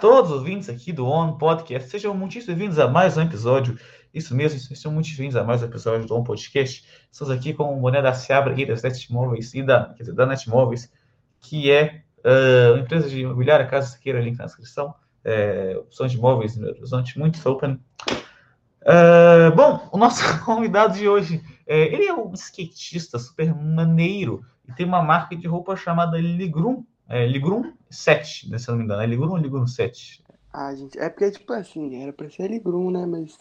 todos os vindos aqui do On Podcast. Sejam muitíssimo bem-vindos a mais um episódio. Isso mesmo, sejam muito bem-vindos a mais um episódio do On Podcast. Estamos aqui com o Boné da Seabra e das Netmóveis, e da, quer dizer, da Netmóveis, que é uh, uma empresa de imobiliária, caso você queira, link na descrição. É, opções de imóveis no Horizonte, muito open. Uh, bom, o nosso convidado de hoje, é, ele é um skatista super maneiro e tem uma marca de roupa chamada Ligrum, é, Ligrum 7, né, se eu não me engano. É Ligrum ou Ligrum 7? Ah, gente, é porque, tipo assim, era pra ser Ligrum, né? Mas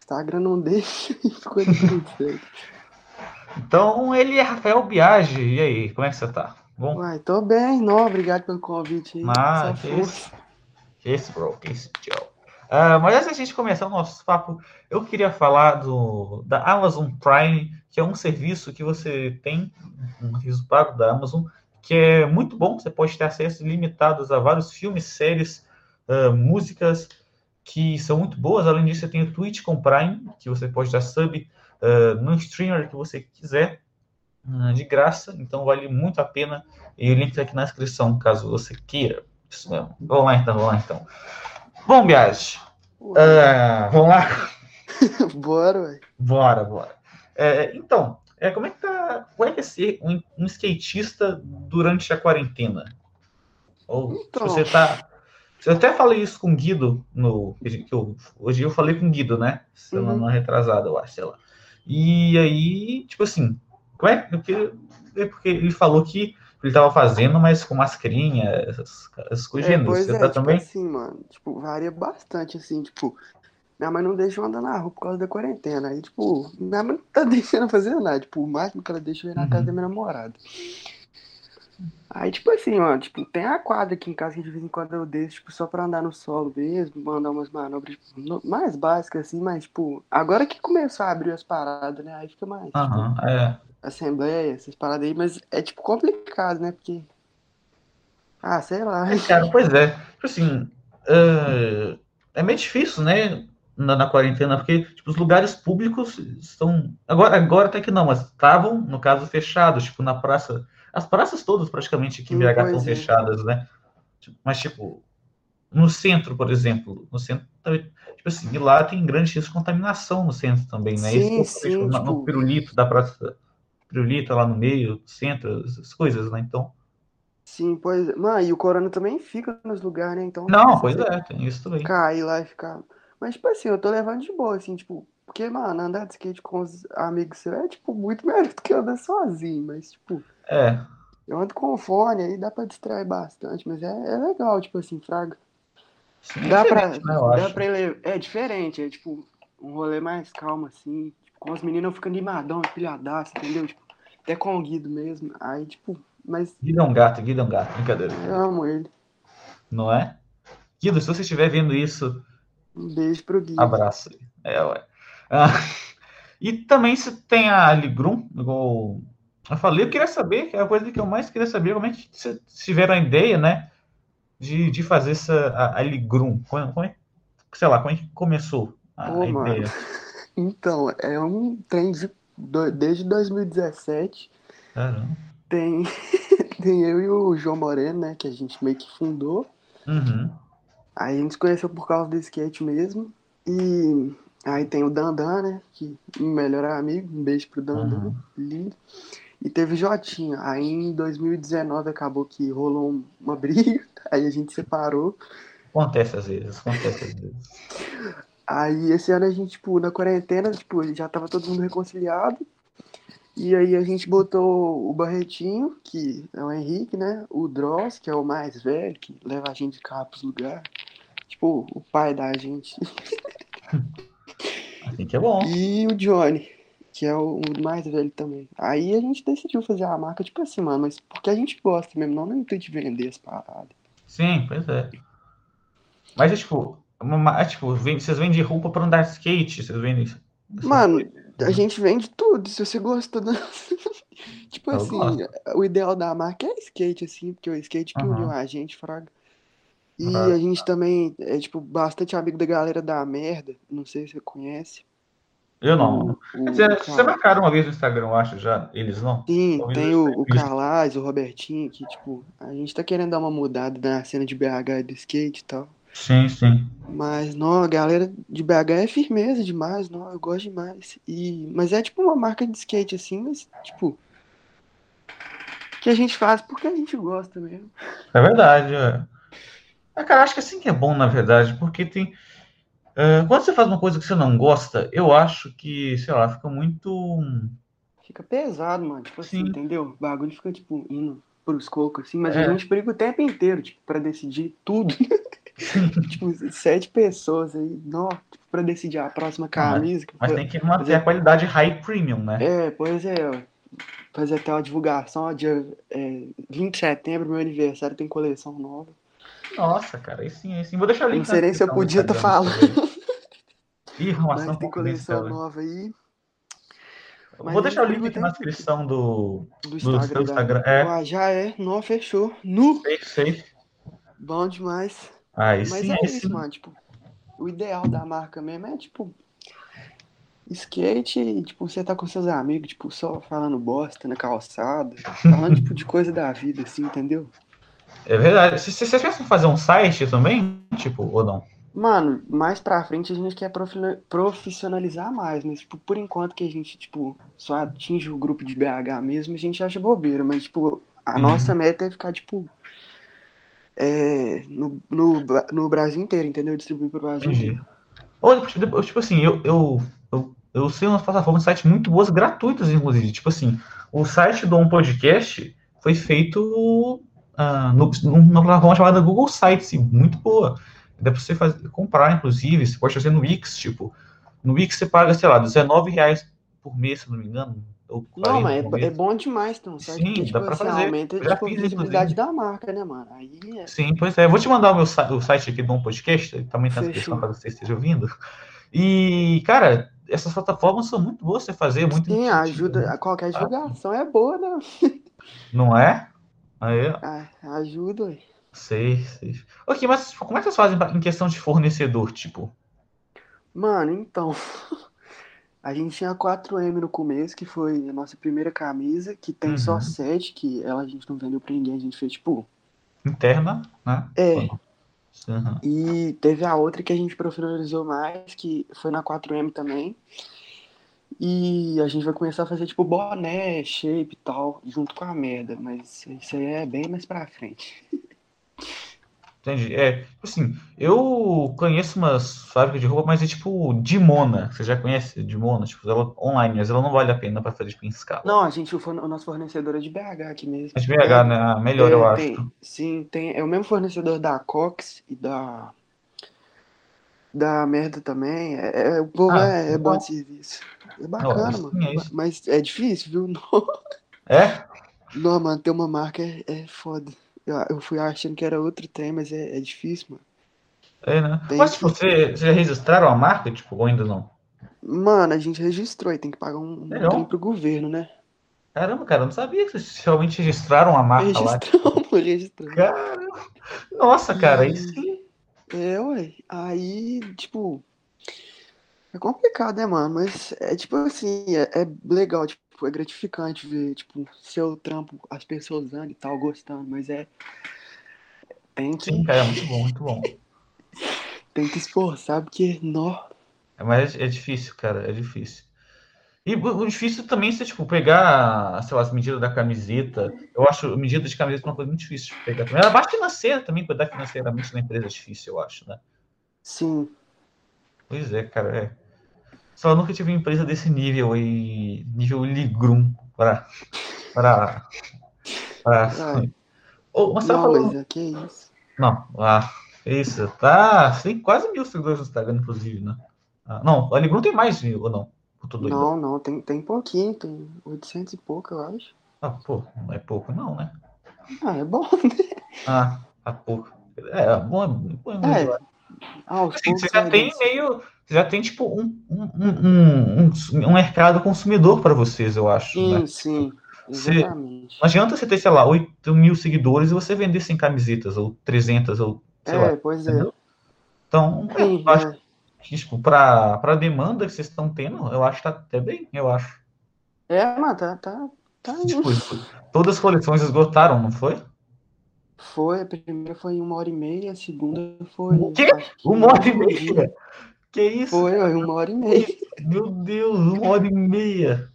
Instagram não deixa e ficou Ligrum 7. Então, ele é Rafael Biagi. E aí, como é que você tá? Bom? Uai, tô bem, não. Obrigado pelo convite. aí. Ah, Só que força. isso. Que isso, bro. Que isso, tchau. Ah, mas antes da gente começar o nosso papo, eu queria falar do, da Amazon Prime, que é um serviço que você tem, um serviço pago da Amazon, que é muito bom. Você pode ter acesso ilimitados a vários filmes, séries, ah, músicas que são muito boas. Além disso, você tem o Twitch com Prime, que você pode dar sub ah, no streamer que você quiser, ah, de graça. Então vale muito a pena e o link tá aqui na descrição, caso você queira. Isso mesmo. Vamos lá então, vamos lá então. Bom, Biagi, Uai, ah, vamos lá? Bora, uai. Bora, bora. É, então, é, como é que tá. Como é que é ser um, um skatista durante a quarentena? Ou se Então. você tá. Eu até falei isso com o Guido no. que eu- hoje eu falei com o Guido, né? Semana Uhum. retrasada, eu acho, sei lá. E aí, tipo assim, como é que. Porque, é porque ele falou que ele tava fazendo, mas com mascarinha, essas, essas coisas. É, gêneros. pois você é, tá tipo também? assim, mano, tipo, varia bastante, assim, tipo, minha mãe não deixa eu andar na rua por causa da quarentena, aí, tipo, minha mãe não tá deixando eu fazer nada, tipo, o máximo que ela deixa eu ir na Uhum. casa da minha namorada. Aí, tipo assim, mano, tipo, tem a quadra aqui em casa que de vez em quando eu deixo, tipo, só pra andar no solo mesmo, mandar umas manobras tipo, no- mais básicas, assim, mas, tipo, agora que começou a abrir as paradas, né, aí fica mais, tipo, Aham, é. assembleia, essas paradas aí, mas é, tipo, complicado, né, porque, ah, sei lá, É, cara, pois é. Tipo assim, eh, é meio difícil, né? Na, na quarentena, porque tipo, os lugares públicos estão. Agora, agora até que não, mas estavam, no caso, fechados, tipo, na praça. As praças todas, praticamente, aqui em Hum, BH pois estão é. fechadas, né? Tipo, Mas, tipo, no centro, por exemplo, no centro. também- Tipo assim, e lá tem grande risco de contaminação no centro também, né? Sim, Isso, sim, tipo, na- no tipo- pirulito da praça. Pirulito lá no meio, centro, essas coisas, né? Então. Sim, pois é. Mano, e o corona também fica nos lugares, né? Então, Não, se pois você é, tem isso também. Cair lá e ficar. Mas, tipo assim, eu tô levando de boa, assim, tipo. Porque, mano, andar de skate com os amigos seus é, tipo, muito melhor do que andar sozinho. Mas, tipo, É. eu ando com fone aí, dá pra distrair bastante. Mas é, é legal, tipo assim, fraga. Sim, Dá pra, diferente, né, eu dá acho. pra ele. É diferente, é tipo, um rolê mais calmo, assim. Tipo, com os meninos eu fico animadão, pilhadaço, entendeu? Tipo, até com o Guido mesmo. Aí, tipo, mas Guido é um gato, Guido é um gato, brincadeira. eu amo ele. Não é? Guido, se você estiver vendo isso, Um beijo pro Guido. abraço. É, ué. Ah, e também se tem a Ligrum, igual eu falei, eu queria saber, que é a coisa que eu mais queria saber, como é que vocês tiveram a ideia, né, de, de fazer essa, a, a Ligrum? Como, como é, sei lá, como é que começou a, Pô, a mano. ideia? Então, é um trem de, do- desde 2017. Caramba. Tem, tem eu e o João Moreno, né? Que a gente meio que fundou. Uhum. Aí a gente se conheceu por causa do skate mesmo. E aí tem o Dandan, né? Que meu melhor amigo. Um beijo pro Dandan. Uhum. Lindo. E teve o Jotinha. Aí em 2019 acabou que rolou um- uma briga. Aí a gente separou. Acontece às vezes, acontece às vezes. Aí esse ano a gente, tipo, na quarentena, tipo, já tava todo mundo reconciliado. E aí a gente botou o Barretinho, que é o Henrique, né? O Dross, que é o mais velho, que leva a gente de carro pros lugares. Tipo, o pai da gente. Assim que é bom. E o Johnny, que é o o mais velho também. Aí a gente decidiu fazer a marca, tipo assim, mano, mas porque a gente gosta mesmo, não no intuito de vender as paradas. Sim, pois é. Mas é tipo, uma, ma- é, tipo vende, vocês vendem roupa pra andar de skate, vocês vendem. assim, essas Mano, coisas? A gente vende tudo, se você gosta da. tipo Eu assim, gosto. o ideal da marca é skate, assim, porque o skate que Aham. uniu a gente, Fraga. E Ah, a gente também é, tipo, bastante amigo da galera da merda. Não sei se você conhece. Eu não. O- o- Você, é- o você Cal- marcaram uma vez no Instagram, eu acho, já. Eles não? Sim, Talvez tem eu o, tenha o visto. Carlaz, o Robertinho, que, tipo, a gente tá querendo dar uma mudada na cena de BH e do skate e tal. Sim, sim. Mas, não, a galera de BH é firmeza demais, não, eu gosto demais. E, mas é tipo uma marca de skate, assim, mas, tipo, que a gente faz porque a gente gosta mesmo. É verdade. É. Ah, cara, acho que assim que é bom, na verdade, porque tem. é, quando você faz uma coisa que você não gosta, eu acho que, sei lá, fica muito. Fica pesado, mano, tipo assim, Sim. entendeu? O bagulho fica, tipo, indo pros cocos, assim, mas É. a gente briga o tempo inteiro, tipo, pra decidir tudo. tipo, sete pessoas aí, não, tipo, pra decidir a próxima camisa. que Mas foi- tem que manter a qualidade high premium, né? É, pois é. ó. Fazer até uma divulgação, ó, dia é, 20 de setembro, meu aniversário, tem coleção nova. Nossa, cara, aí sim, aí sim. Vou deixar o Não link. sei nem se eu podia tá falando. Ih, Mas arrumação tem confidencial, coleção né? nova aí Eu mas Vou deixar o eu link aqui tenho na que- descrição do, do do seu Instagram. Instagram. da... É, Ué, já é, não, fechou. Nu! safe, safe. Bom demais. Aí Mas Ah, sim, é aí isso, sim. mano. Tipo, o ideal da marca mesmo é, tipo, skate e, tipo, você tá com seus amigos, tipo, só falando bosta na calçada. Falando, tipo, de coisa da vida, assim, entendeu? É verdade. C- c- Vocês pensam em fazer um site também? Tipo, ou não? Mano, mais pra frente a gente quer profila- profissionalizar mais, mas, tipo, por enquanto que a gente, tipo, só atinge o grupo de BH mesmo, a gente acha bobeira, mas, tipo, a Uhum. nossa meta é ficar, tipo, é, no, no, Bra- no Brasil inteiro, entendeu? Distribuir pro Brasil Entendi. inteiro. Ou, tipo, depois- tipo assim, eu, eu, eu, eu sei umas plataformas de site muito boas, gratuitas, inclusive. Tipo assim, o site do Um Podcast foi feito ah, no, numa plataforma chamada Google Sites, e muito boa. Dá pra você fazer, comprar, inclusive, você pode fazer no Wix, tipo. No Wix você paga, sei lá, R$19,00 por mês, se eu não me engano. Ou Não, 40 mas por é, mês. é bom demais, então, sabe? um Sim, Porque, dá tipo, pra assim, fazer. aumenta, Eu já tipo, a fiz, visibilidade da marca, né, mano? Aí é... Sim, pois é. Eu Vou te mandar o meu sa- o site aqui do um podcast, ele também tá na descrição Fechou. para você esteja ouvindo. E, cara, essas plataformas são muito boas você fazer, muito Sim, intuitivo, ajuda, né? a qualquer divulgação é boa, né? Não é? Aí, ó, Ah, ajuda, ué. sei, sei. Ok, mas tipo, como é que vocês fazem pra- em questão de fornecedor, tipo? Mano, então. A gente tinha 4M no começo, que foi a nossa primeira camisa, que tem Uhum. só 7, que ela a gente não vendeu pra ninguém, a gente fez tipo. Interna, né? É. Aham. E teve a outra que a gente profissionalizou mais, que foi na 4M também. E a gente vai começar a fazer tipo boné, shape e tal, junto com a merda, mas isso aí é bem mais pra frente. Entendi. É, tipo assim, eu conheço umas fábricas de roupa, mas é tipo Dimona. Você já conhece Dimona? Tipo, ela online, mas ela não vale a pena pra fazer tipo, em escala. Não, a gente, o, forne- o nosso fornecedor é de BH aqui mesmo. Mas BH, né? Ah, Melhor, É, eu acho. tem. sim, tem. É o mesmo fornecedor da Cox e da. Da merda também. É, é- o povo Ah, é, é então. bom de serviço. É bacana, sim, mano. é isso. Mas é difícil, viu? Não, É? não, mano, ter uma marca é, é foda. Eu, eu fui achando que era outro trem, mas é, é difícil, mano. É, né? Tem Mas, que- tipo, você, vocês já registraram a marca, tipo, ou ainda não? Mano, a gente registrou e tem que pagar um, um Legal. trem pro governo, né? Caramba, cara, eu não sabia que vocês realmente registraram a marca lá. Registramos, registramos. Caramba. Nossa, cara, aí sim. É, ué. Aí, tipo. É complicado, né, mano? Mas é tipo assim, é, é legal, tipo, é gratificante ver, tipo, seu trampo, as pessoas usando e tal, gostando, mas é. Tem que, Sim, cara, é muito bom, muito bom. tem que esforçar, porque, nó. É, Mas é difícil, cara, é difícil. E o o difícil também é, tipo, pegar, sei lá, as medidas da camiseta. Eu acho a medida de camiseta uma coisa muito difícil de pegar também. A parte financeira também, cuidar financeiramente da empresa é difícil, eu acho, né? Sim. Pois é, cara, é. Só eu nunca tive uma empresa desse nível e nível Ligrum para para para Ah, Ô, mas não, tava falando... mas é que é isso. Não, ah, isso, tá, tem quase mil seguidores no Instagram, inclusive, né? Ah, não, o Ligrum tem mais mil, ou não? Eu tô doido. Não, não, tem, tem pouquinho, tem 800 e pouco, eu acho. Ah, pô, não é pouco não, né? Ah, é bom. Ah, tá pouco. É, bom, bom, é muito É, aos Assim, você poucos já vai tem dando meio, você já tem tipo um, um, um, um, um mercado consumidor para vocês, eu acho, né? Sim, sim. Você- Exatamente. Não adianta você ter, sei lá, 8 mil seguidores e você vender 100 camisetas, ou 300, ou sei lá. É, pois é. Entendeu? Então, Sim, eu acho é. que, tipo, pra, pra demanda que vocês estão tendo, eu acho que tá até bem, eu acho. É, mano, tá, tá, tá indo. Tipo, todas as coleções esgotaram, não foi? Foi, a primeira foi em uma hora e meia, a segunda foi. O quê? acho que- Uma hora e meia? Que isso? Foi, ó, uma hora e meia. Meu Deus, uma hora e meia.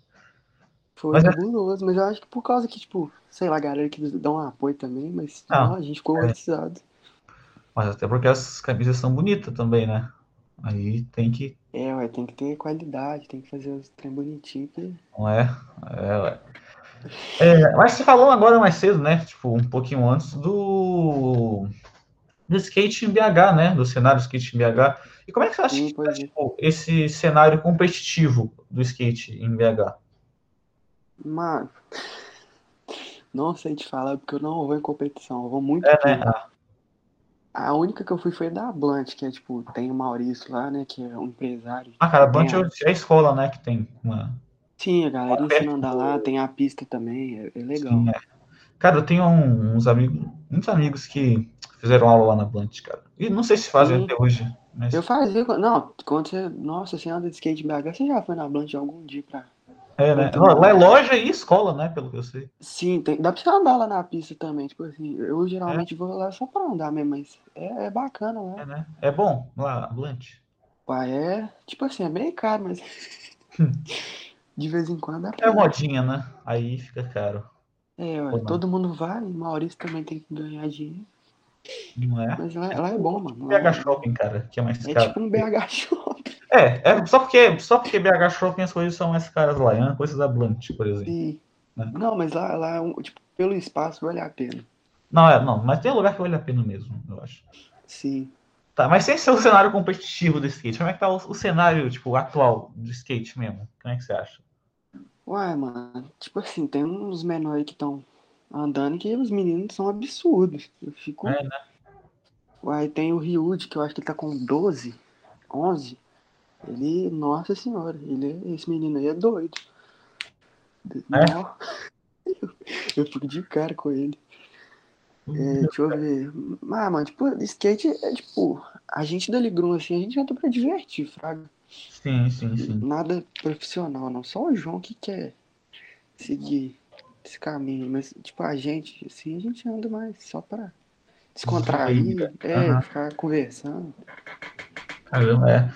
Foi Mas é- nebuloso, mas eu acho que por causa que, tipo, sei lá, a galera que dá um apoio também, mas Ah, não, a gente ficou é. organizado. Mas até porque as camisas são bonitas também, né? Aí tem que. É, ué, tem que ter qualidade, tem que fazer os trem bonitinho. que- Não é? É, ué. É, mas você falou agora mais cedo, né? Tipo, um pouquinho antes do. Do skate em BH, né? Do cenário skate em BH. E como é que você acha Sim, que pois é. tipo, esse cenário competitivo do skate em BH? Mano, não sei te falar porque eu não vou em competição, eu vou muito É, né? A única que eu fui foi da Blunt, que é tipo, tem o Maurício lá, né, que é um empresário. Ah, cara, Tem Bunch a- é a escola, né? Que tem uma. Sim, a galera ensina a andar Aberto. lá, tem a pista também, é, é legal. Tá Sim, é. Cara, eu tenho um- uns amigos, muitos amigos que fizeram aula lá na Blunt, cara. E não sei se fazem Sim. até hoje, mas Eu fazia, quando- não, quando você, nossa, você anda de skate em BH, você já foi na Blunt algum dia pra... é, né? muito Lá lá é bom. loja e escola, né? Pelo que eu sei. Sim, tem, dá pra você andar lá na pista também, tipo assim, eu geralmente vou lá só pra andar mesmo, mas é, é bacana lá. É, né? É bom lá, a Blunt. Pai, é, tipo assim, é meio caro, mas de vez em quando dá pra É ir. modinha, né? Aí fica caro, É, ué, Ou não. todo mundo vai, o Maurício também tem que ganhar dinheiro. não é? Mas lá, lá é bom, mano. Lá BH Shopping, cara, que é mais é, é caro. tipo um BH Shopping. É, é só porque, só porque BH Shopping as coisas são mais caras lá, é uma coisa da Blunt, por exemplo. Né? Não, mas lá, lá é um- tipo, pelo espaço vale a pena. Não, é, não, mas tem lugar que vale a pena mesmo, eu acho. Sim. Tá, mas sem ser o cenário competitivo do skate, como é que tá o, o cenário, tipo, atual do skate mesmo? Como é que você acha? Uai, mano, tipo assim, tem uns menores aí que estão andando que os meninos são absurdos. Eu fico. É, Uai, tem o Ryud, que eu acho que ele tá com 12, 11. Ele, nossa senhora, ele, é- esse menino aí é doido. É? Não. Eu, fico de cara com ele. É, deixa eu ver. Ah, mano, tipo, skate é tipo, a gente da Ligrum, assim, a gente anda pra divertir, fraga. Sim, sim, sim. Nada profissional, não. Só o João que quer seguir esse caminho. Mas, tipo, a gente, assim, a gente anda mais só pra descontrair, Descontrair, né? é, Aham. ficar conversando. Caramba, é.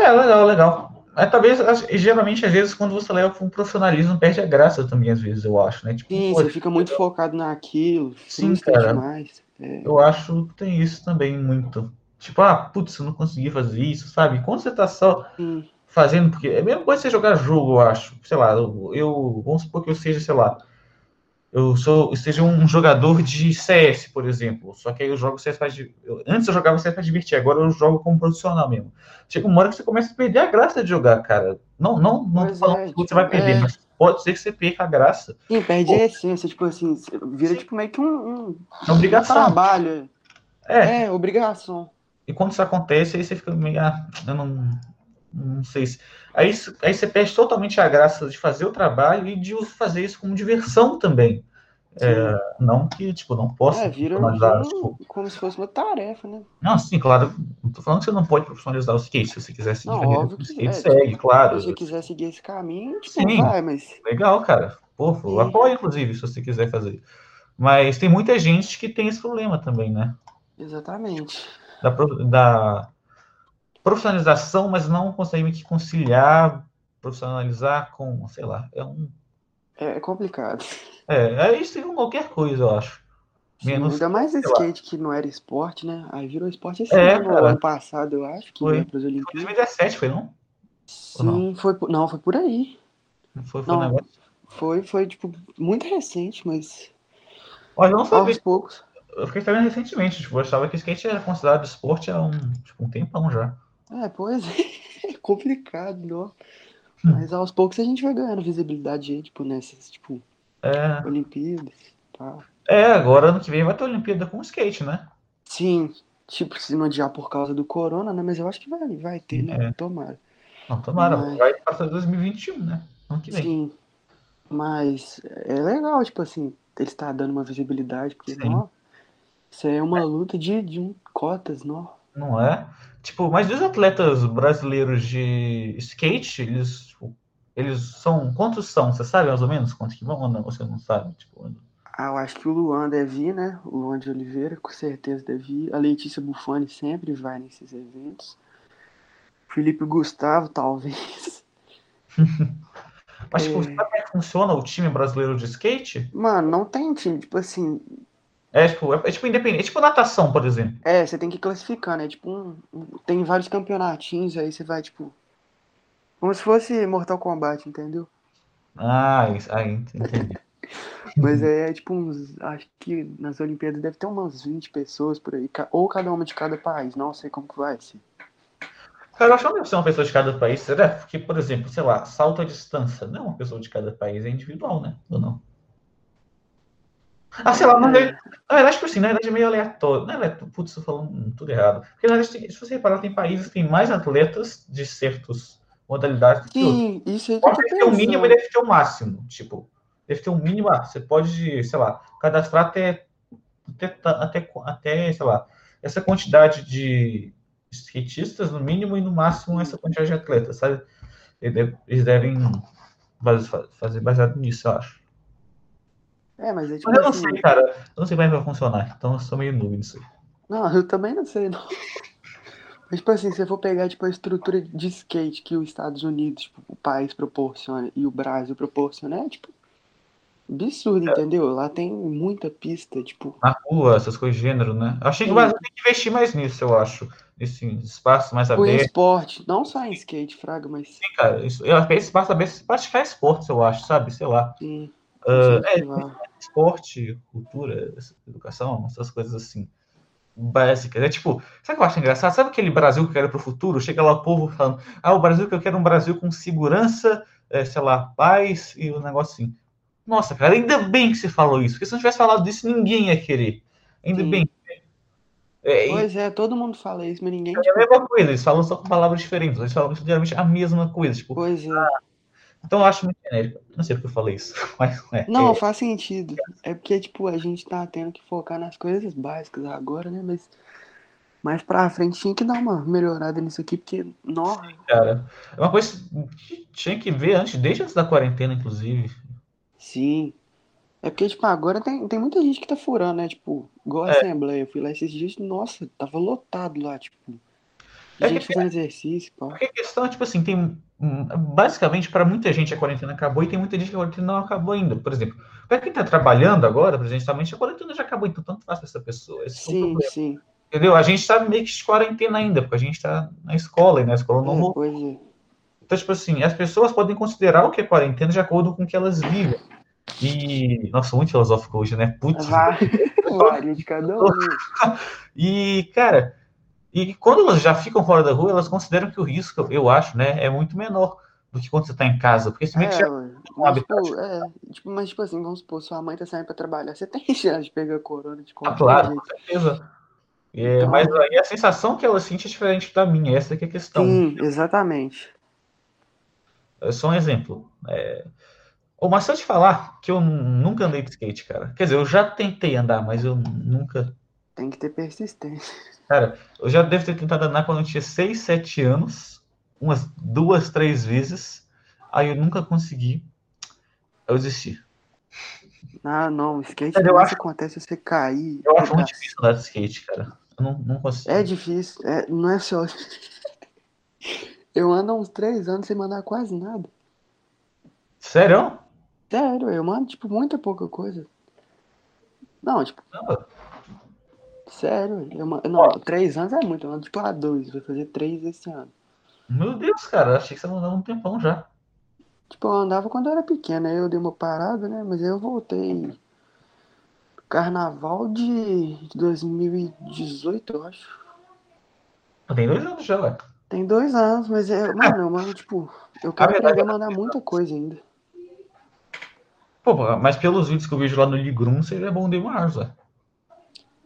É, legal, legal. Mas talvez, acho- e geralmente, às vezes, quando você leva pra um profissionalismo, perde a graça também, às vezes, eu acho, né? Tipo, Sim, pô, você fica muito focado naquilo, Sim, frustra cara. demais. É, eu acho que tem isso também muito. Tipo, ah, putz, eu não consegui fazer isso, sabe? Quando você tá só sim, fazendo, porque é a mesma coisa que você jogar jogo, eu acho. Sei lá, eu, eu- vamos supor que eu seja, sei lá, eu sou, eu seja um jogador de CS, por exemplo. Só que aí eu jogo CS pra, di- eu- antes eu jogava CS pra divertir, agora eu jogo como profissional mesmo. Chega uma hora que você começa a perder a graça de jogar, cara. Não, não, não tô Pois falando é, que tipo, você vai perder, é. mas pode ser que você perca a graça. Sim, perde Pô. a essência, tipo assim, vira Sim. tipo meio que um, um É obrigação. trabalho. É, É, obrigação. E quando isso acontece, aí você fica meio, ah, eu não, não sei se. Aí, isso- aí você perde totalmente a graça de fazer o trabalho e de us- fazer isso como diversão também. É, não que, tipo, não possa. é, vira um, profissionalizar, tipo, um- como se fosse uma tarefa, né? não, sim, claro. Não tô falando que você não pode profissionalizar o skate. Se você quiser seguir Não, carreira óbvio com que skate, é, segue, Se você claro. quiser seguir esse caminho, tipo, Sim. vai, mas. Legal, cara. Pô, eu Sim. apoio, inclusive, se você quiser fazer. Mas tem muita gente que tem esse problema também, né? Exatamente. da, pro- da profissionalização, mas não consegue meio que conciliar, profissionalizar com, sei lá, é um. É, é complicado. É, é isso em qualquer coisa, eu acho. Sim, Menos- ainda mais lá. skate que não era esporte, né? Aí virou esporte esse É, ano, cara. ano passado, eu acho, que Foi. veio para as Foi Olimpíadas. 2017, foi, não? Ou não? Sim, foi, por- não, foi por aí. Não Foi, foi um Não, negócio. foi, foi, tipo, muito recente, mas Olha, eu não sabia. aos poucos. Eu fiquei sabendo recentemente, tipo, eu achava que skate era considerado esporte há um, tipo, um tempão já. É, pois é, é complicado, não. Hum. Mas aos poucos a gente vai ganhando visibilidade, aí, tipo, nessas, tipo, É, Olimpíadas, tá? pá. é, agora ano que vem vai ter Olimpíada com skate, né? Sim, tipo, se não adiar por causa do corona, né? Mas eu acho que vai, vai ter, É. né? Tomara. Não, tomara, Mas- vai passar 2021, né? Ano que vem. Sim. Mas é legal, tipo assim, ele está dando uma visibilidade, porque, Sim. não, isso aí é uma luta de, de um cotas, não. Não é? Tipo, mas os atletas brasileiros de skate, eles, tipo, eles são. Quantos são? Você sabe mais ou menos quantos que vão ou não? Você não sabe? Tipo, Ah, eu acho que o Luan deve ir, né? O Luan de Oliveira, com certeza deve ir. A Letícia Bufani sempre vai nesses eventos. Felipe Gustavo, talvez. mas tipo, É. sabe como é que funciona o time brasileiro de skate? Mano, não tem time, tipo assim. É tipo, é, é, tipo independente. É tipo natação, por exemplo. É, você tem que classificar, né? Tipo, um- um- tem vários campeonatinhos, aí você vai, tipo. Como se fosse Mortal Kombat, entendeu? Ah, isso- ah, ent- entendi. Mas é, tipo uns. Acho que nas Olimpíadas deve ter umas 20 pessoas por aí, ca- ou cada uma de cada país, não sei como que vai ser. Cara, eu acho que não deve ser uma pessoa de cada país, será? Porque, por exemplo, sei lá, salto à distância não é uma pessoa de cada país, é individual, né? Ou não? Ah, sei lá, mas é- na verdade, tipo assim, na verdade é meio aleatório. Não é aleatório, putz, tô falando tudo errado. Porque, na verdade, se você reparar, tem países que tem mais atletas de certas modalidades do que outros. Sim, isso aí que eu Pode tô ter o mínimo e pensando. deve ter o máximo. Tipo, deve ter o mínimo. Ah, você pode, sei lá, cadastrar até, até, ta- até, qu- até, sei lá, essa quantidade de skatistas, no mínimo, e no máximo essa quantidade de atletas, sabe? Ele deve- Eles devem base- fa- fazer baseado nisso, eu acho. É, mas é tipo Mas eu não assim. sei, cara. Eu não sei como é que vai funcionar. Então eu sou meio noob nisso aí. Não, eu também não sei, não. Mas, tipo assim, se eu for pegar, tipo, a estrutura de skate que os Estados Unidos, tipo, o país proporciona e o Brasil proporciona, é, tipo, É. absurdo, entendeu? Lá tem muita pista, tipo, Na rua, essas coisas de gênero, né? Eu achei que o Sim. Brasil tem que investir mais nisso, eu acho. Esse espaço mais o aberto. esporte, não só em skate, fraga, mas Sim, cara, isso, eu acho que é esse passa bem praticar esportes, eu acho, sabe? Sei lá. em Ah, incentivar. esporte, cultura, educação, essas coisas assim. Básicas. É tipo, sabe o que eu acho engraçado? Sabe aquele Brasil que eu quero pro futuro? Chega lá o povo falando, ah, o Brasil que eu quero é um Brasil com segurança, eh, sei lá, paz e um negócio assim. Nossa, cara, ainda bem que você falou isso, porque se não tivesse falado disso, ninguém ia querer. Ainda Sim. bem. É, e- Pois é, todo mundo fala isso, mas ninguém, é a tipo, mesma coisa, eles falam só com palavras diferentes, eles falam geralmente a mesma coisa. Tipo, pois é. Então eu acho muito genérico. Não sei porque eu falei isso, mas é. Não, é, faz sentido. É porque, tipo, a gente tá tendo que focar nas coisas básicas agora, né? Mas mais pra frente tinha que dar uma melhorada nisso aqui, porque, nossa, cara. É uma coisa que tinha que ver antes, desde antes da quarentena, inclusive. sim. É porque, tipo, agora tem, tem muita gente que tá furando, né? Tipo, É. igual a Assembleia. Eu fui lá esses dias, nossa, tava lotado lá, tipo. É gente que- fazendo exercício, pá. Porque a questão é, tipo assim, tem. hum, Basicamente, para muita gente a quarentena acabou e tem muita gente que a quarentena não acabou ainda. Por exemplo, para quem tá trabalhando agora, presencialmente, a quarentena já acabou, então tanto faz pra essa pessoa. Esse é o Sim, problema, sim. entendeu? A gente tá meio que de quarentena ainda, porque a gente tá na escola e na escola não É, rolou. pois é. Então, tipo assim, as pessoas podem considerar o que é quarentena de acordo com o que elas vivem. E. Nossa, muito filosófico hoje, né? Putz. Vai- Varia de cada um. E, cara, e quando elas já ficam fora da rua, elas consideram que o risco, eu acho, né, é muito menor do que quando você tá em casa. Porque se meio que É, já. ué. um mas, habitat. tipo, é, tipo, mas, tipo assim, vamos supor, sua mãe tá saindo pra trabalhar, você tem chance de pegar corona de Ah, qualquer claro, jeito. com certeza. É, Então- mas aí a sensação que ela sente é diferente da minha, essa que é a questão. Sim, exatamente. É só um exemplo. É... Ô, mas se eu te falar que eu nunca andei de skate, cara. Quer dizer, eu já tentei andar, mas eu nunca. Tem que ter persistência. Eu já devo ter tentado andar quando eu tinha 6, 7 anos, umas duas, três vezes. Aí eu nunca consegui. Eu desisti. Ah, não, skate Mas eu eu acho- acontece você cair. Eu acho muito pedaço. difícil andar de skate, cara. Eu não, não consigo. É difícil, é, não é só. Eu ando há uns três anos sem mandar quase nada. Sério? Sério, eu mando, tipo, muita pouca coisa. Não, tipo, Caramba. sério, eu mando. Não, três anos é muito, eu mando tipo a dois, vou fazer três esse ano. Meu Deus, cara. Achei que você mandava um tempão já. Tipo, eu andava quando eu era pequena, aí eu dei uma parada, né? Mas aí eu voltei. Carnaval de 2018, eu acho. Pô, Tem dois anos já, ué. Tem dois anos, mas é. Mano, eu mando, tipo, eu A quero verdade aprender a é- mandar muita coisa ainda. Pô, mas pelos vídeos que eu vejo lá no Ligrum, você já é bom demais, ué.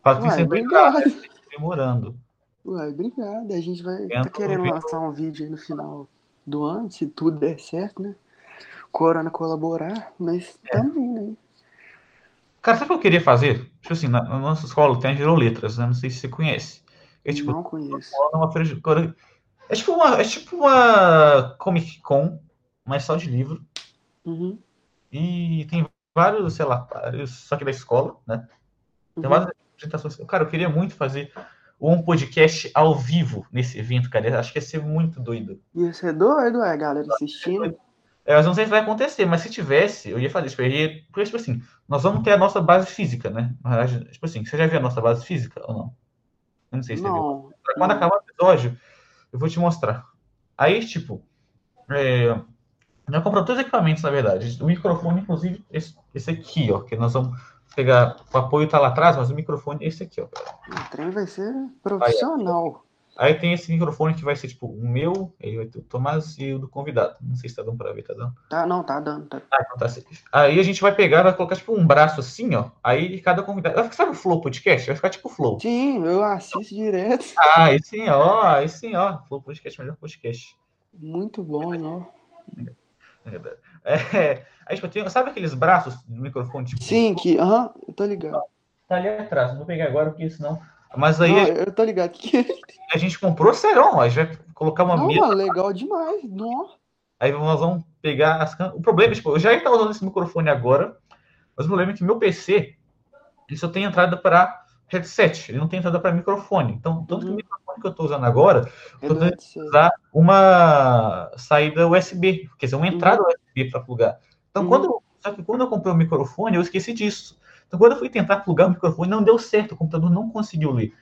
Fato que Uai, você vai entrar, né? obrigado. demorando. Uai, obrigado. A gente vai. Tá Tenta querendo ouvir. lançar um vídeo aí no final do ano, se tudo der certo, né? Corona colaborar, mas É. também, né? Cara, sabe o que eu queria fazer? Tipo assim, na, na nossa escola tem a Giroletras, né? Não sei se você conhece. É tipo, não conheço. é uma feira de- quando- É tipo uma, é tipo uma Comic Con, mas só de livro. Uhum, E tem vários, sei lá, vários, só que da escola, né? Tem uhum. várias apresentações. Cara, eu queria muito fazer um podcast ao vivo nesse evento, cara. Eu acho que ia ser muito doido. Ia ser doido, é, a galera assistindo. É, Eu não sei se vai acontecer, mas se tivesse, eu ia fazer. Tipo, eu ia- Porque, tipo assim, nós vamos ter a nossa base física, né? Na verdade, Tipo assim, você já viu a nossa base física ou não? Eu não sei se você viu. Não. Quando não. acabar o episódio, eu vou te mostrar. Aí, tipo, é... nós compramos todos os equipamentos, na verdade. O microfone, inclusive, esse, esse aqui, ó. Que nós vamos pegar. O apoio tá lá atrás, mas o microfone é esse aqui, ó. O trem vai ser profissional. Aí tem esse microfone que vai ser, tipo, o meu, ele vai ter o Tomás e o do convidado. Não sei se tá dando pra ver, tá dando? Tá, não, tá dando. Tá. Ah, então tá safe. Aí a gente vai pegar, vai colocar, tipo, um braço assim, ó. Aí cada convidado. Vai ficar, sabe o Flow Podcast? Vai ficar tipo Flow. Sim, eu assisto direto. Ah, aí sim, ó. Aí sim, ó. Flow Podcast, melhor podcast. Muito bom, né? não? É, aí, tipo, tem, sabe aqueles braços do microfone? Tipo, Sim, que. Aham, eu tô ligado. Tá ali atrás, não vou pegar agora porque senão. Mas aí é Não, eu tô ligado. Que... a gente comprou serão, ó. A gente vai colocar uma Não, mesa. mano, legal demais. Não. Aí nós vamos pegar as câmeras. O problema é, tipo, eu já ia estar usando esse microfone agora, mas o problema é que meu PC, ele só tem entrada para headset, ele não tem entrada para microfone. Então, tanto que o Uhum. microfone que eu estou usando agora, É Tô doido isso aí. uma saída USB, quer dizer, uma entrada USB para plugar. Então, Uhum. quando eu, só que quando eu comprei o microfone, eu esqueci disso. Então, quando eu fui tentar plugar o microfone, não deu certo, o computador não conseguiu ler.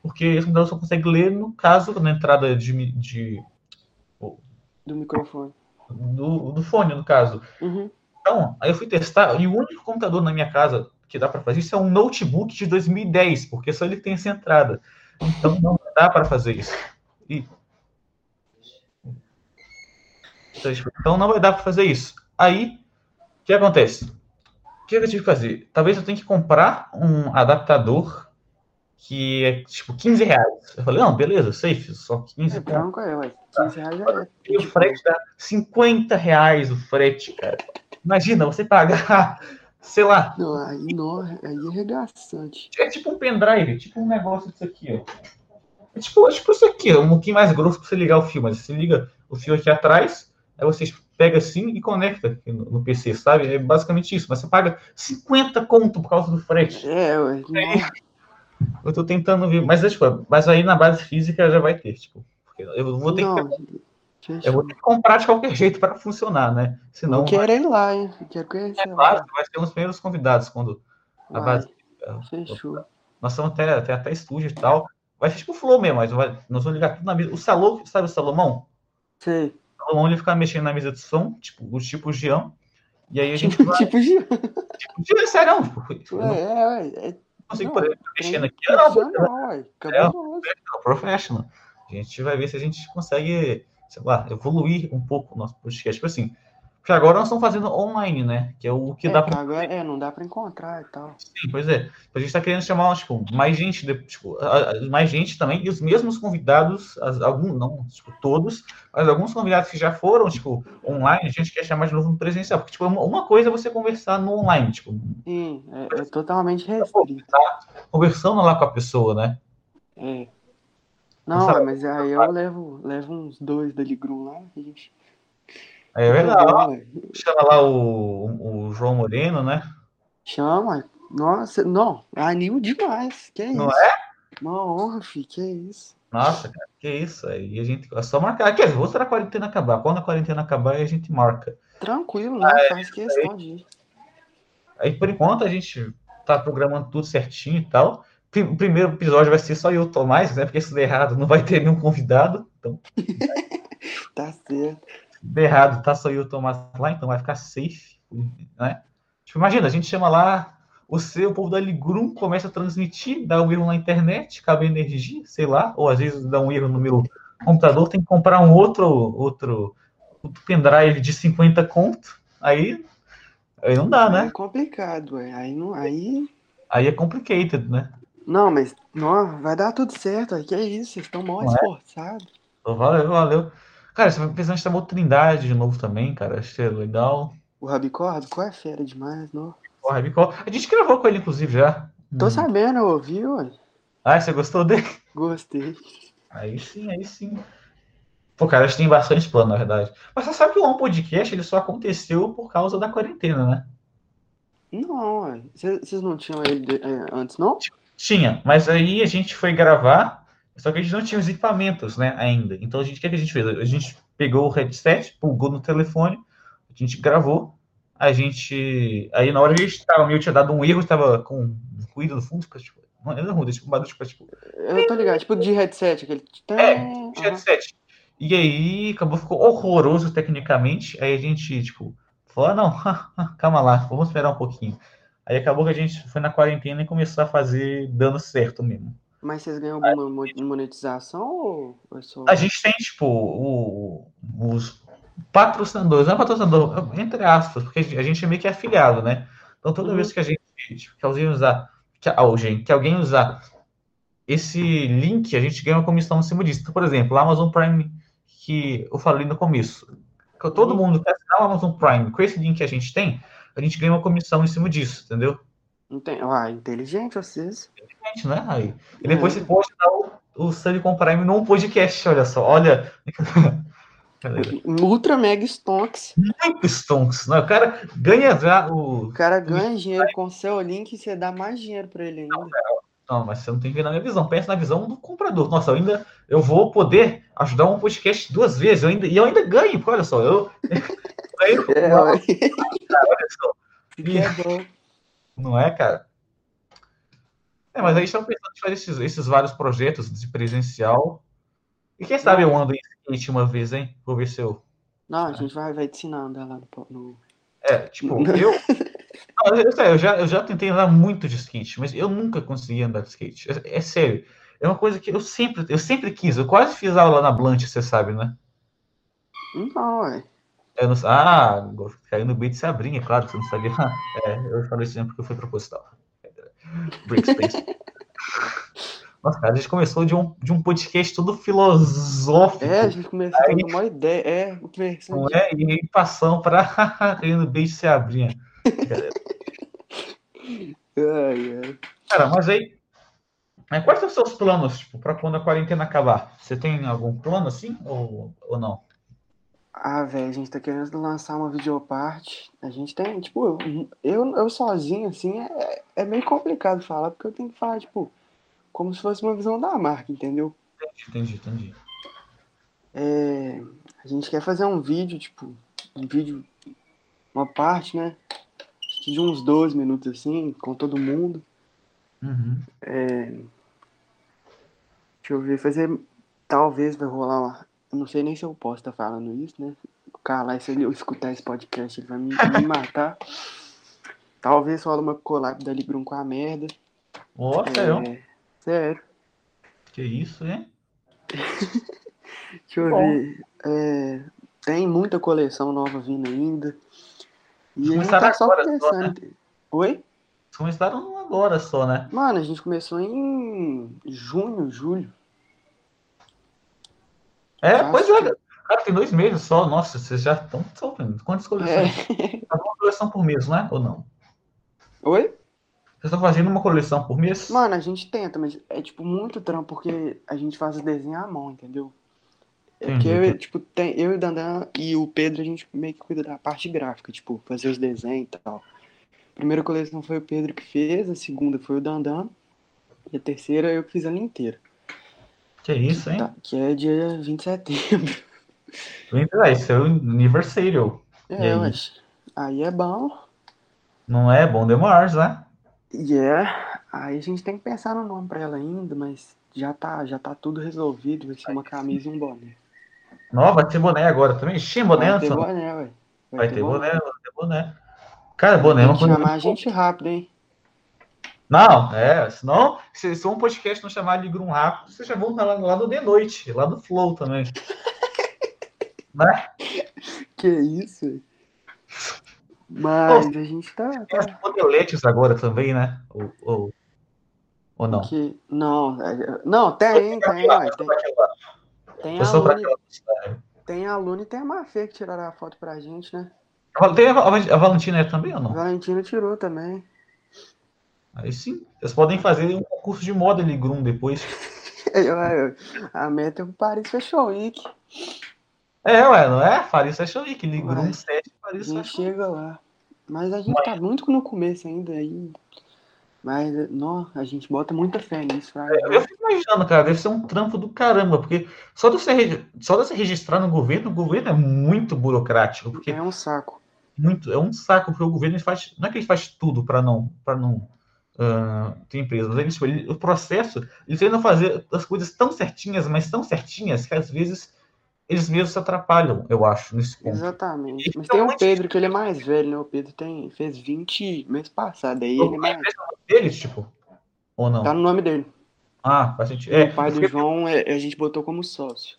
Porque o computador só consegue ler no caso, na entrada de, mi- de- Do microfone. do, do fone, no caso. Uhum. Então, aí eu fui testar, e o único computador na minha casa que dá para fazer isso é um notebook de 2010, porque só ele tem essa entrada. Então não dá para fazer isso. E... Então, tipo, Então não vai dar para fazer isso. Aí, o que acontece? O que eu tive que fazer? Talvez eu tenha que comprar um adaptador que é tipo 15 reais. Eu falei, não, beleza, safe, só 15 É reais. branco aí, ué. 15 reais já é. E o frete dá 50 reais o frete, cara. Imagina você pagar, sei lá, Não, aí, não, aí é regaçante. é tipo um pendrive, tipo um negócio disso aqui, ó. É tipo, é tipo isso aqui, ó, um pouquinho mais grosso pra você ligar o fio, mas você liga o fio aqui atrás, aí você pega assim e conecta aqui no, no PC, sabe? É basicamente isso, mas você paga 50 conto por causa do frete. É, ué. Não, Eu tô tentando ver, mas, é, tipo, mas aí na base física já vai ter, tipo. porque Eu vou ter, que, não. eu vou ter que comprar de qualquer jeito para funcionar, né? Senão. Eu quero ir lá, hein? Eu Quero conhecer Claro, lá. vai ser um dos primeiros convidados quando a Vai, base. Fechou. Nós vamos até, até, até estúdio e tal. Vai ser tipo o Flow mesmo, mas vai- nós vamos ligar tudo na mesa. O Salou, sabe o Salomão? Sei. O Salomão ele fica mexendo na mesa de som, tipo, o tipo Jean. E aí a gente vai. Tipo, Gil. Tipo, Jean, é sério, não, tipo, eu Ué, não é, ué. É consigo não, por exemplo, mexendo aqui. Ah, não, profissional, ué. Cabuloso. é professional. A gente vai ver se a gente consegue, sei lá, evoluir um pouco o nosso podcast. Tipo assim, porque agora nós estamos fazendo online, né? Que é o que É, dá pra agora, é, não dá pra encontrar e tal. Sim, pois é. A gente tá querendo chamar, tipo, mais gente, de- tipo, a- a- mais gente também, e os mesmos convidados, as- algum, não, tipo, todos, mas alguns convidados que já foram, tipo, online, a gente quer chamar de novo no presencial. Porque, tipo, uma- uma coisa é você conversar no online, tipo, Sim, é, é totalmente restrito. conversando lá com a pessoa, né? É. Não Não, sabe- ué, mas aí eu levo, levo uns dois da Ligrum lá. A gente... Aí É verdade. ó, Ué, Chama lá o, o João Moreno, né? Chama. Nossa, não, animo demais. Que Não isso? é? Uma honra, fi, que isso. Nossa, cara, que isso aí. A gente, é só marcar. Quer dizer, vou esperar a quarentena acabar. Quando a quarentena acabar, aí a gente marca. Tranquilo, não Ah, é, faz questão de ir. Aí, por enquanto, a gente tá programando tudo certinho e tal. Pri- O primeiro episódio vai ser só eu, Tomás, né? Porque se der errado, não vai ter nenhum convidado. Então, Tá certo. se der errado, tá só eu, Tomás lá, então vai ficar safe, né? Tipo, imagina, a gente chama lá você, o povo da Ligrum começa a transmitir, dá um erro na internet, cabe energia, sei lá, ou às vezes dá um erro no meu computador, tem que comprar um outro, outro, outro pendrive de 50 conto, aí, aí não dá, né? É complicado, ué. Aí não. Aí. Aí é complicated, né? Não, mas não, vai dar tudo certo. ué, Que isso? Vocês estão mal Não é? esforçados. Pô, Valeu, valeu. Cara, você vai pensando em chamar o Trindade de novo também, cara. Achei legal. é O Rabicó, Rabicó é fera demais, não. O Rabicó. A gente gravou com ele, inclusive, já. Tô Hum. sabendo, eu ouvi, ué. Ah, você gostou dele? Gostei. Aí sim, aí sim. Pô, cara, acho que tem bastante plano, na verdade. Mas você sabe que o One Podcast ele só aconteceu por causa da quarentena, né? Não, ué. Cê- vocês não tinham ele de- é, antes, não? Tinha, mas aí a gente foi gravar, só que a gente não tinha os equipamentos, né, ainda. Então a gente, o que que a gente fez? A gente pegou o headset, plugou no telefone, a gente gravou, a gente. Aí na hora que a gente tava meio tinha dado um erro, tava com um ruído no fundo, fica, tipo, não era ruim, tipo, um barulho, tipo, tipo, Eu tô ligado, tipo de headset, aquele. É, Aham. headset. E aí acabou, ficou horroroso tecnicamente. Aí a gente, tipo, falou, "Ah, não, calma lá, vamos esperar um pouquinho. Aí acabou que a gente foi na quarentena e começou a fazer dando certo mesmo. Mas vocês ganham alguma mo- monetização ou ou é só. A gente tem, tipo, o- os patrocinadores, não é patrocinador, entre aspas, porque a gente é meio que afiliado, né? Então toda Uhum. vez que a gente, tipo, que alguém usar, que alguém, que alguém usar esse link, a gente ganha uma comissão em cima disso. Então, por exemplo, a Amazon Prime, que eu falei no começo, que todo Uhum. mundo que assinar o Amazon Prime com esse link que a gente tem, a gente ganha uma comissão em cima disso, entendeu? Não tem... Ah, inteligente vocês. Gente, né? Aí, e depois É. você pode dar o, o Silicon Prime num podcast, olha só, olha. Ultra Mega Stonks. Muito stonks, né? O cara ganha já o. O cara ganha dinheiro com o seu link e você dá mais dinheiro pra ele ainda. Não, mas você não tem que ver na minha visão. Pensa na visão do comprador. Nossa, eu ainda eu vou poder ajudar um podcast duas vezes. Eu ainda, e eu ainda ganho, porque olha só, eu. Aí, É, olha ué. só. Que é bom. Não é, cara? É, mas aí estão pensando em fazer esses, esses vários projetos de presencial. E quem sabe eu ando em skate uma vez, hein? Vou ver se eu. Não, a gente vai, vai te ensinar a andar lá no. po- no... É, tipo, eu. Não, eu, sério, eu já, eu já tentei andar muito de skate, mas eu nunca consegui andar de skate. É, é sério. É uma coisa que eu sempre, eu sempre quis. Eu quase fiz aula na Blanche, você sabe, né? Não, ué. Eu não, ah, caiu no beat Sabrinha, claro que você não sabia. É, eu falei isso mesmo porque foi proposital. Breakspace. Nossa, cara, a gente começou de um, de um podcast todo filosófico. É, a gente começou com uma ideia. É, o que é Não é? E aí passamos para caindo beat Sabrinha. Ai, ai. Cara, mas aí. mas quais são os seus planos, tipo, pra quando a quarentena acabar? Você tem algum plano assim ou, ou não? Ah, velho, a gente tá querendo lançar uma videoparte. A gente tem, tipo, eu, eu, eu sozinho, assim, é, é meio complicado falar, porque eu tenho que falar, tipo, como se fosse uma visão da marca, entendeu? Entendi, entendi. É, a gente quer fazer um vídeo, tipo, um vídeo, uma parte, né? Acho que De uns 12 minutos assim, com todo mundo. Uhum. Deixa eu ver, fazer. Talvez vai rolar uma. Eu não sei nem se eu posso estar falando isso, né? O cara lá, se ele escutar esse podcast, ele vai me, me matar. Talvez rola uma collab da Librum com a merda. Ó, sério? É, sério. Que isso, hein? Deixa eu Bom. ver. É, tem muita coleção nova vindo ainda. E a gente Começaram tá só agora só, começando. Oi? Vocês começaram agora só, né? Mano, a gente começou em junho, julho. É, Nossa. pois é. Cara, tem dois meses só. Nossa, vocês já estão sofrendo. Quantas coleções? É. Tá uma coleção por mês, né? Ou não? Oi? Vocês estão fazendo uma coleção por mês? Mano, a gente tenta, mas é tipo muito trampo porque a gente faz o desenho à mão, entendeu? É porque Entendi. eu, tipo, tem, eu e o Dandan e o Pedro, a gente meio que cuida da parte gráfica, tipo, fazer os desenhos e tal. A primeira coleção foi o Pedro que fez, a segunda foi o Dandan, e a terceira eu que fiz ela inteira. Que isso, hein? Tá, que é dia 20 de setembro. Vem pra lá, Isso é o aniversário. E É, aí? mas aí é bom. Não é bom demais, né? E é, aí a gente tem que pensar no nome pra ela ainda, mas já tá, já tá tudo resolvido, vai ser uma camisa e um boné. Nova, vai ter boné agora também. Tinha boné Vai antes, ter não? boné, ué. Vai ter boné, vai ter boné. Cara, boné é Tem uma que coisa. chamar a gente rápido, hein? Não, é, senão, se, se um podcast não chamar de Grum Rápido, vocês já vão estar lá, lá no de noite, lá no Flow também. Que isso, ué. Mas a gente tá. Tem as modeletes agora também, né? Ou, ou, ou não? tá Que... Não, é- não, tem, tem, ué, tem, tem Eu a sou pra Luna, aquela. tem a Luna e tem a Mafê que tiraram a foto pra gente, né? Tem a, a Valentina é também ou A não? Valentina tirou também. Aí sim. Vocês podem fazer um concurso de moda de Grum depois. A meta é o Paris Fashion Week. É, ué, não é? Paris Fashion Week, Ligue Ué. 17, A Paris gente Fashion chega lá. Mas a gente tá muito no começo ainda aí. Mas, nó, a gente bota muita fé É, nisso, Fraga. Eu fico imaginando, cara, deve ser um trampo do caramba, porque só de você, regi- só de você registrar no governo, o governo é muito burocrático, porque É um saco. muito, é um saco, porque o governo ele faz, não é que ele faz tudo para não, para não ah, ter empresa, mas ele, tipo, ele- o processo, eles tentam fazer as coisas tão certinhas, mas tão certinhas, que às vezes eles mesmos se atrapalham, eu acho, nesse ponto. Exatamente. Então, Mas tem o antes- Pedro, que ele é mais velho, né? O Pedro tem, fez 20 mês passado. Aí ele é mais, Eles, tipo, ou não? tá no nome dele. Ah, faz sentido. É, O pai do porque- João, é- a gente botou como sócio.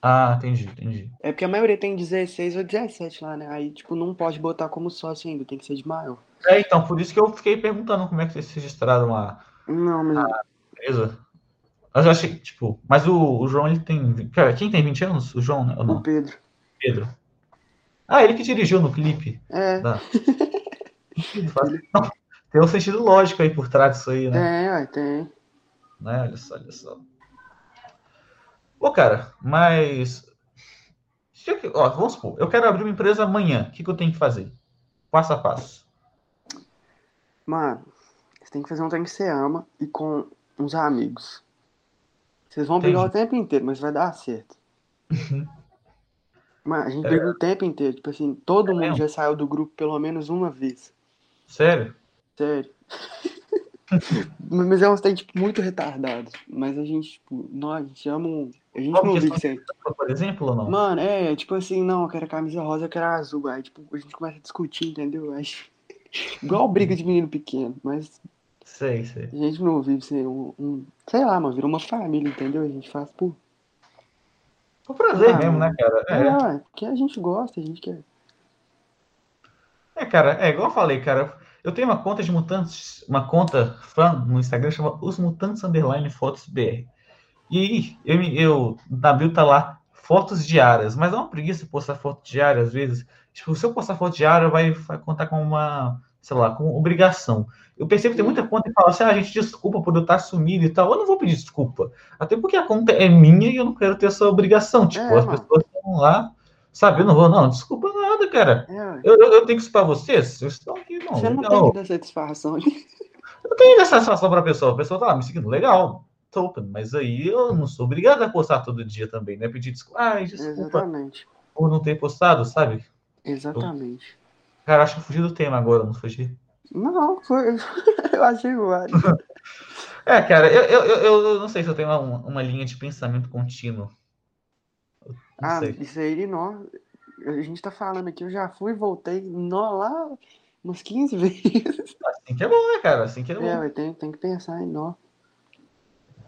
Ah, entendi, entendi. É porque a maioria tem 16 ou 17 lá, né? Aí, tipo, não pode botar como sócio ainda, tem que ser de maior. É, então, por isso que eu fiquei perguntando como é que vocês registraram a. Não, mas Ah. Beleza. Mas eu achei, tipo, mas o, o João ele tem. Cara, quem tem 20 anos? O João, né? Ou o não? Pedro. Pedro. Ah, ele que dirigiu no clipe. É, Não, Tem um sentido lógico aí por trás disso aí, né? é, ué, tem. Né? Olha só, olha só. Pô, cara, mas. se eu que- Ó, vamos supor, eu quero abrir uma empresa amanhã. O que, que eu tenho que fazer? Passo a passo. Mano, você tem que fazer um trem que você ama e com uns amigos. Vocês vão brigar o tempo inteiro, mas vai dar certo. Mano, a gente Uhum. É. briga o tempo inteiro. Tipo assim, todo mundo mesmo? já saiu do grupo pelo menos uma vez. Sério? Sério. mas é uns trem, tipo, muito retardados. Mas a gente, tipo, nós, a gente ama um... A gente Qual não que é vive sua- sem. Por exemplo, ou não? Mano, é, tipo assim, não, eu quero a camisa rosa, eu quero a azul. Aí, tipo, a gente começa a discutir, entendeu? Aí, igual briga de menino pequeno, mas Sei, sei. a gente não vive sem um, um- Sei lá, mano, virou uma família, entendeu? A gente faz por. Por prazer Ah, mesmo, né, cara? É, ué, porque a gente gosta, a gente quer. É, cara, é igual eu falei, cara. Eu tenho uma conta de mutantes, uma conta fã no Instagram chama Os Mutantes Underline Fotos BR. E aí, eu, me- eu na bio tá lá fotos diárias, mas é uma preguiça postar foto diária às vezes. Tipo, se eu postar foto diária, vai, vai contar com uma, sei lá, com obrigação. Eu percebo que tem muita conta que fala assim, ah, gente, desculpa por eu estar sumido e tal. Eu não vou pedir desculpa. Até porque a conta é minha e eu não quero ter essa obrigação. Tipo, É, as mano. pessoas estão lá, sabe? Eu não vou, não, desculpa nada, cara. É, ué. Eu, eu, eu tenho que isso pra vocês? Vocês estão aqui, não. Você não legal. tem que dar satisfação. Eu tenho que dar satisfação pra pessoa. A pessoa tá lá me seguindo, legal. Token, mas aí eu não sou obrigado a postar todo dia também, né? Pedir desculpa, ai, desculpa Exatamente. por não ter postado, sabe? Exatamente. Cara, acho que eu fugi do tema agora, não fugi. Não, foi. eu achei válido. É, cara, eu, eu, eu, eu não sei se eu tenho uma, uma linha de pensamento contínuo. Eu Não Ah, sei. isso aí, nó. A gente tá falando aqui, eu já fui, voltei, nó lá umas 15 vezes. Assim que é bom, né, cara? Assim que é bom. É, ué, tem, tem que pensar em nó.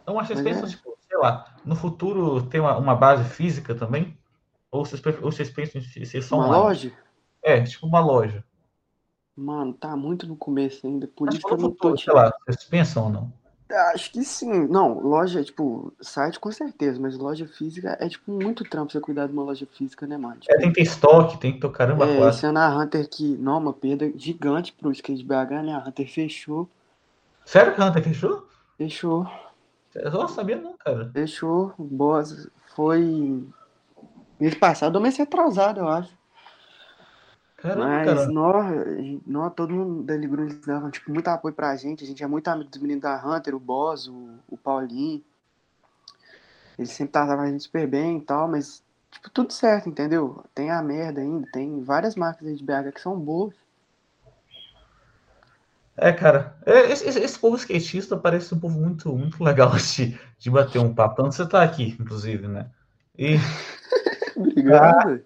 Então, acho que vocês Mas pensam, tipo, sei lá, no futuro ter uma, uma base física também? Ou vocês, pre- ou vocês pensam em ser só um Uma online? loja? É, tipo uma loja. Mano, tá muito no começo ainda, por Mas isso que eu qual não tô futuro, te... sei lá, vocês pensam ou não? Acho que sim. Não, loja, tipo, site com certeza, mas loja física é, tipo, muito trampo você cuidar de uma loja física, né, mano? É, Tipo, tem que ter estoque, tem que ter o caramba é, quatro. esse ano a Hunter que, não, uma perda gigante pro skate BH, né? A Hunter fechou, Sério que a Hunter fechou? fechou, Eu não sabia não, cara. fechou. O boss foi... Mês passado, ou mês atrasado, eu acho. Caramba, Mas cara. nó, nó, todo mundo da Librus dava tipo, muito apoio pra gente. A gente é muito amigo dos meninos da Hunter, o Boss, o, o Paulinho. Eles sempre tratavam a gente super bem e tal, mas tipo, tudo certo, entendeu? Tem a merda ainda, tem várias marcas aí de BH que são boas. É, cara. é, esse, esse- esse povo skatista parece um povo muito, muito legal de, de bater um papo. Tanto que você tá aqui, inclusive, né? E. Obrigado.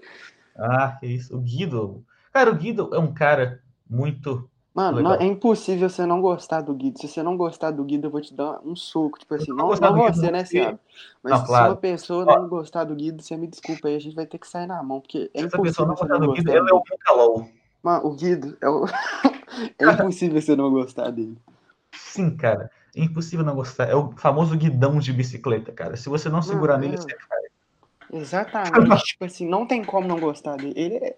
Ah, que isso. O Guido. Cara, o Guido é um cara muito. Mano, Legal. nó, é impossível você não gostar do Guido. Se você não gostar do Guido, eu vou te dar um soco. Tipo assim, não não, gostar não do Guido, você, não, né, porque- Thiago? Mas Não, se claro. uma pessoa não gostar do Guido, você me desculpa aí, a gente vai ter que sair na mão, porque é Se essa pessoa impossível não você gostar não do gostar Guido, do ela é o Calol. Mano, o Guido é, o... é impossível você não gostar dele. Sim, cara. É impossível não gostar. É o famoso guidão de bicicleta, cara. Se você não segurar é. nele, você cai. Exatamente. tipo assim, não tem como não gostar dele. Ele é,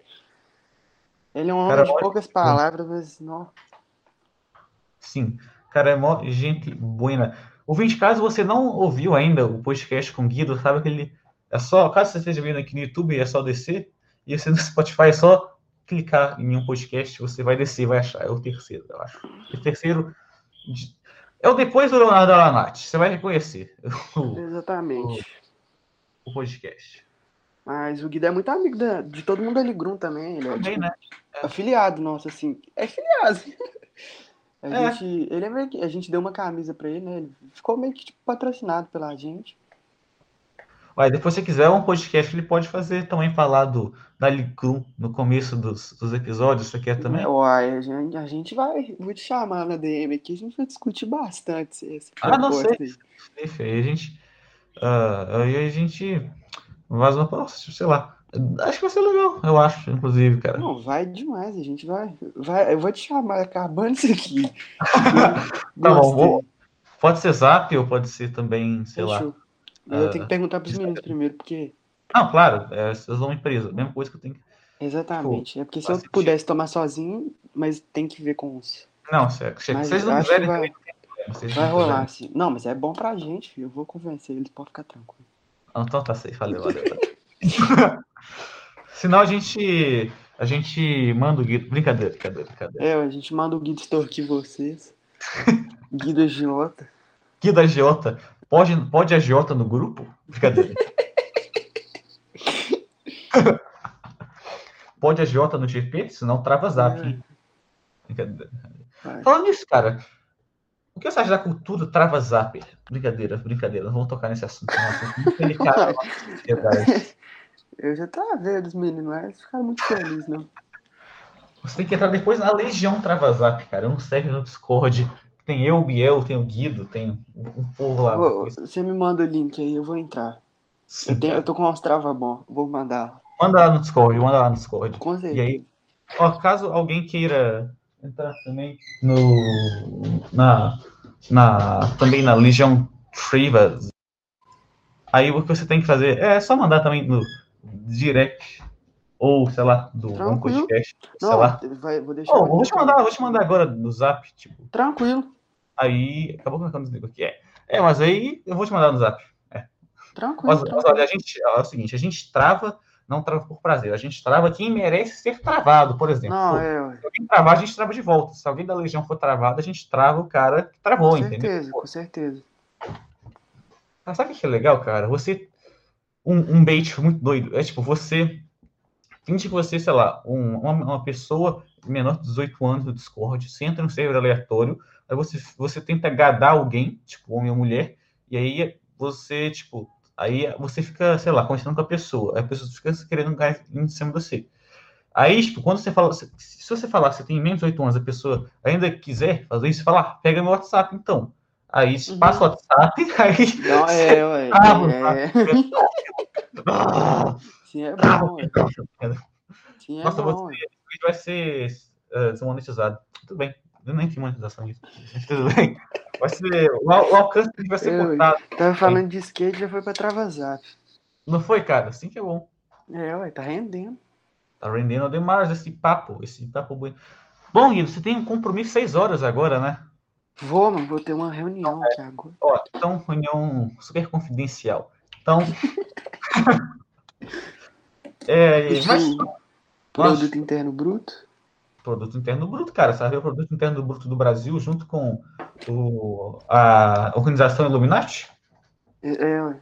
ele é um homem Cara, de olha- poucas palavras, mas não. Sim, cara, é mó gente buena. Ouvinte, caso você não ouviu ainda o podcast com Guido, sabe que ele é só, caso você esteja vendo aqui no YouTube, é só descer, e você no Spotify é só clicar em um podcast, você vai descer, vai achar, é o terceiro, eu acho. É O terceiro de- é o depois do Leonardo Alanati, você vai reconhecer o, Exatamente. o podcast. Mas o Guido é muito amigo da- de todo mundo ali, Grum também. Ele é Também, tipo, né? afiliado nosso, assim. É afiliado. A É. gente, ele é meio que- a gente deu uma camisa pra ele, né? Ele ficou meio que tipo, patrocinado pela gente. Mas depois, se quiser, um podcast ele pode fazer também falar do da Licru no começo dos, dos episódios. Você quer também? Uai, a gente, a gente vai. Vou te chamar na DM aqui, a gente vai discutir bastante esse- esse Ah, não propósito aí. Perfeito. Aí a gente. ah, aí a gente. Vaza uma próxima, sei lá. Acho que vai ser legal, eu acho, inclusive, cara. Não, vai demais, a gente vai. vai eu vou te chamar acabando isso aqui. Tá bom, vou- Pode ser Zap ou pode ser também, sei lá. Fechou. Mas eu Ah, tenho que perguntar pros meninos primeiro, porque. Não, claro, é, vocês vão empresa. Mesma coisa que eu tenho que. Exatamente. É porque se faz eu sentido. pudesse tomar sozinho, mas tem que ver com os. Não, sério. Se Mas vocês eu não acho que quiserem, vai, também não tem problema, vocês vai não rolar, assim. Não, mas é bom pra gente, filho. eu vou convencer eles, pode ficar tranquilo. Ah, Então tá safe, valeu, valeu. valeu. Senão a gente, a gente manda o Guido. Brincadeira, brincadeira, brincadeira. É, a gente manda o Guido extorquir vocês. Guido Agiota. Guido agiota. Pode, pode agiota no grupo? Brincadeira. pode agiota no GP? Senão trava zap. hein? Brincadeira. É. Vai. Falando nisso, cara. O que você acha da cultura trava zap? Brincadeira, brincadeira. Não vamos tocar nesse assunto. É um assunto muito delicado na nossa sociedade. Eu já travei dos meninos, mas eles ficaram muito felizes, né. não. Você tem que entrar depois na Legião Travazap, cara. Não serve no Discord. Tem eu, o Biel, tem o Guido, tem um povo lá. Ô, Você me manda o link aí, eu vou entrar. Eu, tenho- eu tô com umas travas bom, vou mandar. Manda lá no Discord, manda lá no Discord. Com certeza. E aí? Ó, caso alguém queira entrar também no. Na. na também na Legião Trivas. Aí o que você tem que fazer é só mandar também no direct. Ou, sei lá, do um Tranquilo. podcast. Sei Não, lá. vai- vou deixar. Ô, aqui. vou te mandar, vou te mandar agora no zap, tipo. Tranquilo, Aí, acabou colocando os negócios aqui. É. é, mas aí eu vou te mandar no zap. tranquilo. Mas, mas olha, a gente, ó, é o seguinte, a gente trava, não trava por prazer, a gente trava quem merece ser travado, por exemplo. Não, Pô, é, ué. Se alguém travar, a gente trava de volta. Se alguém da Legião for travado, a gente trava o cara que travou, com entendeu? certeza, com certeza. Ah, sabe o que é legal, cara? Você. Um, um bait muito doido. É tipo, você. Finge que você, sei lá, um- uma, uma pessoa menor de 18 anos no Discord, você entra num servidor aleatório, aí você, você tenta gadar alguém, tipo, homem ou mulher, e aí você, tipo. Aí você fica, sei lá, conversando com a pessoa. aí A pessoa fica querendo ganhar em cima de você. Aí, tipo, quando você fala. Se se você falar que você tem menos de 8 anos, a pessoa ainda quiser fazer isso, falar, pega meu WhatsApp então. Aí Uhum. passa o WhatsApp, aí Não, é, ué. Bravo, é, Ah, sim, é bravo. bom, ué. Sim, é Nossa, bom, O ué. vídeo vai ser eh, desmonetizado. Tudo bem. Eu nem tenho monetização disso. Mas Tudo bem. Vai ser. O, al- o alcance dele vai ser Eu- cortado. Tava falando de skate, já foi pra travasar. Não foi, cara? Assim que é bom. É, ué, tá rendendo. Tá rendendo demais esse papo. Esse papo bonito. Bom, Guido, você tem um compromisso seis horas agora, né? Vou, mano, vou ter uma reunião é. aqui agora. Ó, então, reunião super confidencial. Então. é, mas- Tipo, Produto interno bruto. Produto Interno Bruto, cara, sabe? O Produto Interno Bruto do Brasil, junto com o, a organização Illuminati. É, é, ué.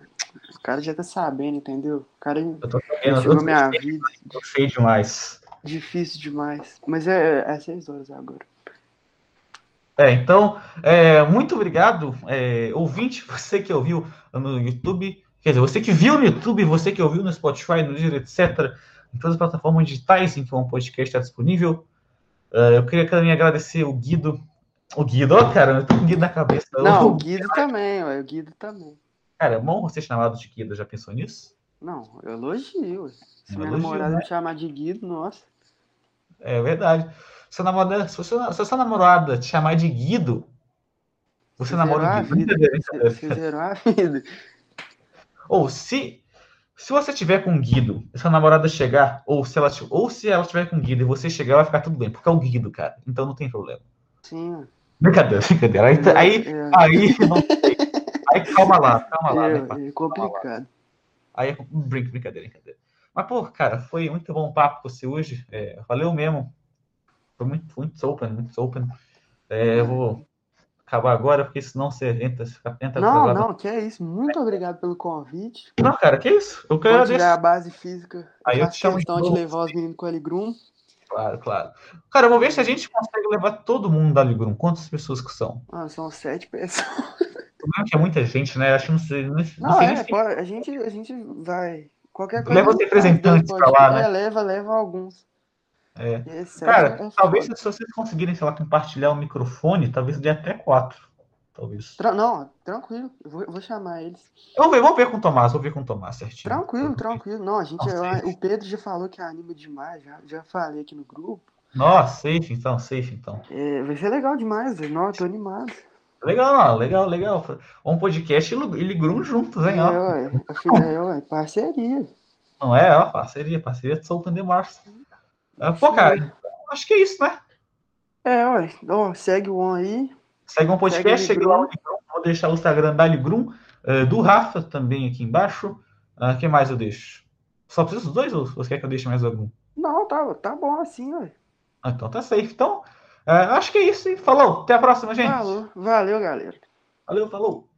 O cara já tá sabendo, entendeu? O cara Eu tô sabendo, eu investigou tô- minha vida. eu sei demais. Difícil demais. Mas é, é seis horas agora. É, então, é, muito obrigado, é, ouvinte, você que ouviu no YouTube, quer dizer, você que viu no YouTube, você que ouviu no Spotify, no Deezer, etc., em todas as plataformas digitais em que um podcast está disponível. É, eu queria também agradecer o Guido. O Guido, ó, cara, eu tô com o Guido na cabeça. Não, o Eu- Guido também, ué. O Guido também. cara, é bom ser chamado de Guido, já pensou nisso? Não, eu elogio, ué. Se Um minha elogio, namorada né? me chamar de Guido, nossa. É verdade. Se a namorada, se, você, se a sua namorada te chamar de Guido, você Você namora zerou o a Guido. vida. Brincadeira, Você, brincadeira. você zerou a vida. Ou se se você tiver com Guido, e sua namorada chegar, ou se ela ti- ou se ela tiver com Guido e você chegar, vai ficar tudo bem, porque é o Guido, cara. Então não tem problema. Sim, ué. Brincadeira, brincadeira. Aí, aí, É, aí não tem. É que calma lá, calma lá. né, pá? É, é complicado. Aí, é brin- brincadeira, brincadeira. Mas, pô, cara, foi muito bom papo com você hoje. É, valeu mesmo. Foi muito, muito open, muito open. É, eu vou acabar agora, porque senão você entra, fica tenta Não, não, que é isso. Muito obrigado pelo convite. Não, cara, que isso? Eu quero Compartilhar a agradecer. base física. Aí eu Faço te chamo de questão de novo. levar os meninos com o L-Grum. Claro, claro. Cara, eu vou ver se a gente consegue levar todo mundo da Ligrum. Quantas pessoas que são? Ah, são sete pessoas. Eu acho que é muita gente, né? Acho que não sei, não, Não, sei é, nem se- pode- a, gente, a gente vai. Qualquer coisa. Leva os representantes pra lá, né? É, leva, leva alguns. É. É sete, Cara, é talvez foda. se vocês conseguirem, sei lá, compartilhar o microfone, talvez dê até quatro. Talvez. Tra- não, tranquilo. Eu vou, eu vou chamar eles. Eu vou ver, vou ver com o Tomás, vou ver com o Tomás certinho. Tranquilo, tranquilo. Não, a gente. Não, eu- sim. o Pedro já falou que anima demais, já, já falei aqui no grupo. Nossa, safe então, safe então. É, vai ser legal demais, velho. Não, eu tô animado. Legal, legal, legal. Um podcast e Lu- e Ligrum juntos, hein? É, Ó. ué, afinal, é, ué, parceria. Não é? Ó, parceria, parceria de Southern Demars. Pô, cara, acho que é isso, né? É, ué. Ó, segue o on aí. Segue um podcast, Segue segue o lá o Ligrum. Vou deixar o Instagram da Ligrum, eh, do Rafa também aqui embaixo. O que mais eu deixo? Só preciso dos dois ou você quer que eu deixe mais algum? Não, tá, tá bom assim, ué. Ah, Então tá safe. Então, eh, acho que é isso, hein? Falou, até a próxima, gente. Falou. Valeu, galera. Valeu, falou.